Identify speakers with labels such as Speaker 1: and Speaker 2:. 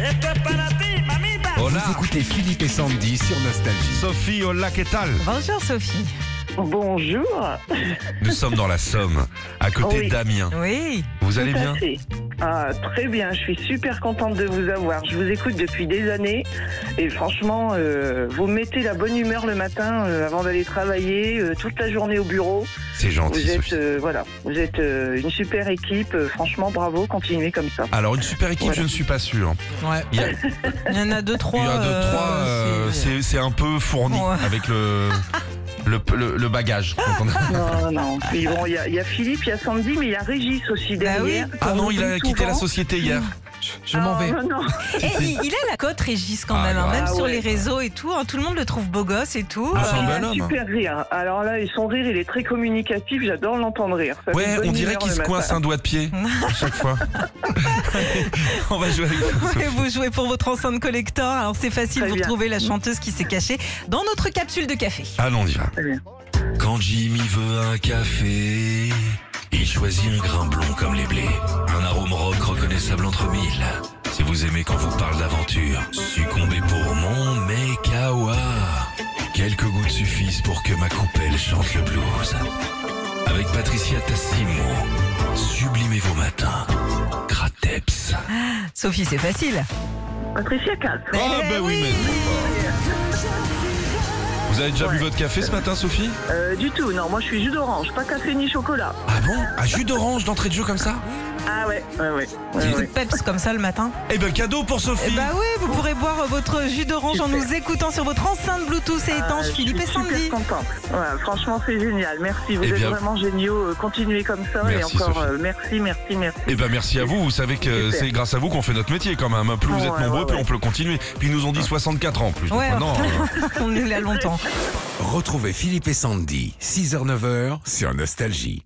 Speaker 1: Esto es para ti, mamita.
Speaker 2: Hola,
Speaker 3: Vous écoutez Philippe et Sandy sur Nostalgie.
Speaker 2: Sophie, hola, que tal
Speaker 4: Bonjour Sophie.
Speaker 5: Bonjour.
Speaker 2: Nous sommes dans la Somme, à côté
Speaker 5: Oui.
Speaker 2: d'Amiens.
Speaker 4: Oui.
Speaker 2: Vous
Speaker 5: Tout
Speaker 2: allez
Speaker 5: à
Speaker 2: Eh bien
Speaker 5: fait. Ah, très bien, je suis super contente de vous avoir. Je vous écoute depuis des années et franchement, euh, vous mettez la bonne humeur le matin euh, avant d'aller travailler, euh, toute la journée au bureau.
Speaker 2: Ah, C'est gentil,
Speaker 5: Vous
Speaker 2: Sophie.
Speaker 5: êtes, euh, voilà, vous êtes euh, une super équipe. Euh, franchement, bravo, continuez comme ça.
Speaker 2: Alors, une super équipe,
Speaker 5: Voilà.
Speaker 2: je ne suis pas sûr.
Speaker 4: Ouais.
Speaker 2: Il y a-
Speaker 4: Il y en a deux, trois.
Speaker 2: Il y a deux,
Speaker 4: euh,
Speaker 2: trois, euh,
Speaker 4: c'est-
Speaker 2: c'est c'est un peu fourni
Speaker 4: Ouais.
Speaker 2: avec le, le, le- le bagage. quand on a-
Speaker 5: Non, Ah, non. Puis bon, il y, a- il y a Philippe, il y a Sandy, mais il y a Régis aussi
Speaker 4: Bah oui.
Speaker 5: derrière.
Speaker 2: Ah non, il a
Speaker 5: Souvent.
Speaker 2: quitté la société hier.
Speaker 3: Je m'en vais.
Speaker 5: Ah, non, non.
Speaker 4: Eh, il, il a la cote Régis quand
Speaker 2: Ah,
Speaker 4: même, hein,
Speaker 2: grave.
Speaker 4: même
Speaker 5: Ah
Speaker 4: sur
Speaker 5: ouais.
Speaker 4: les réseaux et tout. hein, tout le monde le trouve beau gosse et tout.
Speaker 2: Ah,
Speaker 5: Ah,
Speaker 2: c'est un
Speaker 5: il a
Speaker 2: bel homme.
Speaker 5: super rire. Alors là, son rire, il est très communicatif. J'adore l'entendre rire. Ça fait
Speaker 2: Ouais,
Speaker 5: bonne
Speaker 2: on dirait
Speaker 5: humeur
Speaker 2: qu'il
Speaker 5: le
Speaker 2: se
Speaker 5: matin.
Speaker 2: coince un doigt de pied à chaque fois. on va jouer avec vous, Sophie.
Speaker 4: Euh, Ouais, vous jouez pour votre enceinte collector, alors c'est facile,
Speaker 5: Très
Speaker 4: vous
Speaker 5: bien.
Speaker 4: retrouvez la chanteuse qui s'est cachée dans notre capsule de café.
Speaker 2: Allons, on y va.
Speaker 6: Quand Jimmy veut un café, il choisit un grain blond comme les blés, un arôme rock reconnaissable entre mille. Si vous aimez quand vous parle d'aventure, succombez pour mon Mekawa. Quelques gouttes suffisent pour que ma coupelle chante le blues. Avec Patricia Tassimo, sublimez vos matins. Grateps.
Speaker 4: Sophie, c'est facile.
Speaker 5: Patricia Cass.
Speaker 2: Ah,
Speaker 4: Eh
Speaker 2: bah oui,
Speaker 4: oui.
Speaker 2: mais- Vous avez déjà bu votre café ce matin, Sophie
Speaker 5: Euh, du tout, non, moi je suis jus d'orange, pas café ni chocolat.
Speaker 2: Ah bon Un jus d'orange d'entrée de jeu comme ça
Speaker 5: Ah ouais, ouais, ouais.
Speaker 4: Un
Speaker 5: ouais,
Speaker 4: coup de
Speaker 5: ouais.
Speaker 4: peps comme ça le matin.
Speaker 2: Eh ben, cadeau pour
Speaker 4: Eh
Speaker 2: Sophie
Speaker 4: bah oui, vous pourrez boire votre jus d'orange en nous écoutant sur votre enceinte Bluetooth et
Speaker 5: Ah,
Speaker 4: étanche, Philippe et
Speaker 5: Je suis
Speaker 4: Sandy.
Speaker 5: super contente. Ouais, franchement, c'est génial. Merci, vous
Speaker 2: Eh
Speaker 5: êtes
Speaker 2: bien-
Speaker 5: vraiment géniaux. Euh, Continuez comme ça
Speaker 2: Merci,
Speaker 5: et encore
Speaker 2: Sophie.
Speaker 5: euh, merci, merci, merci.
Speaker 2: Eh ben merci à vous, vous savez que
Speaker 5: Super.
Speaker 2: c'est grâce à vous qu'on fait notre métier quand même. hein. Plus vous êtes
Speaker 5: Ouais,
Speaker 2: nombreux,
Speaker 5: ouais,
Speaker 2: plus
Speaker 5: ouais. Ah.
Speaker 2: on peut continuer. Puis ils nous ont dit 64 ans en plus. Donc
Speaker 4: Ouais.
Speaker 2: maintenant, euh,
Speaker 4: On est là longtemps.
Speaker 3: Retrouvez Philippe et Sandy, 6h-9h sur Nostalgie.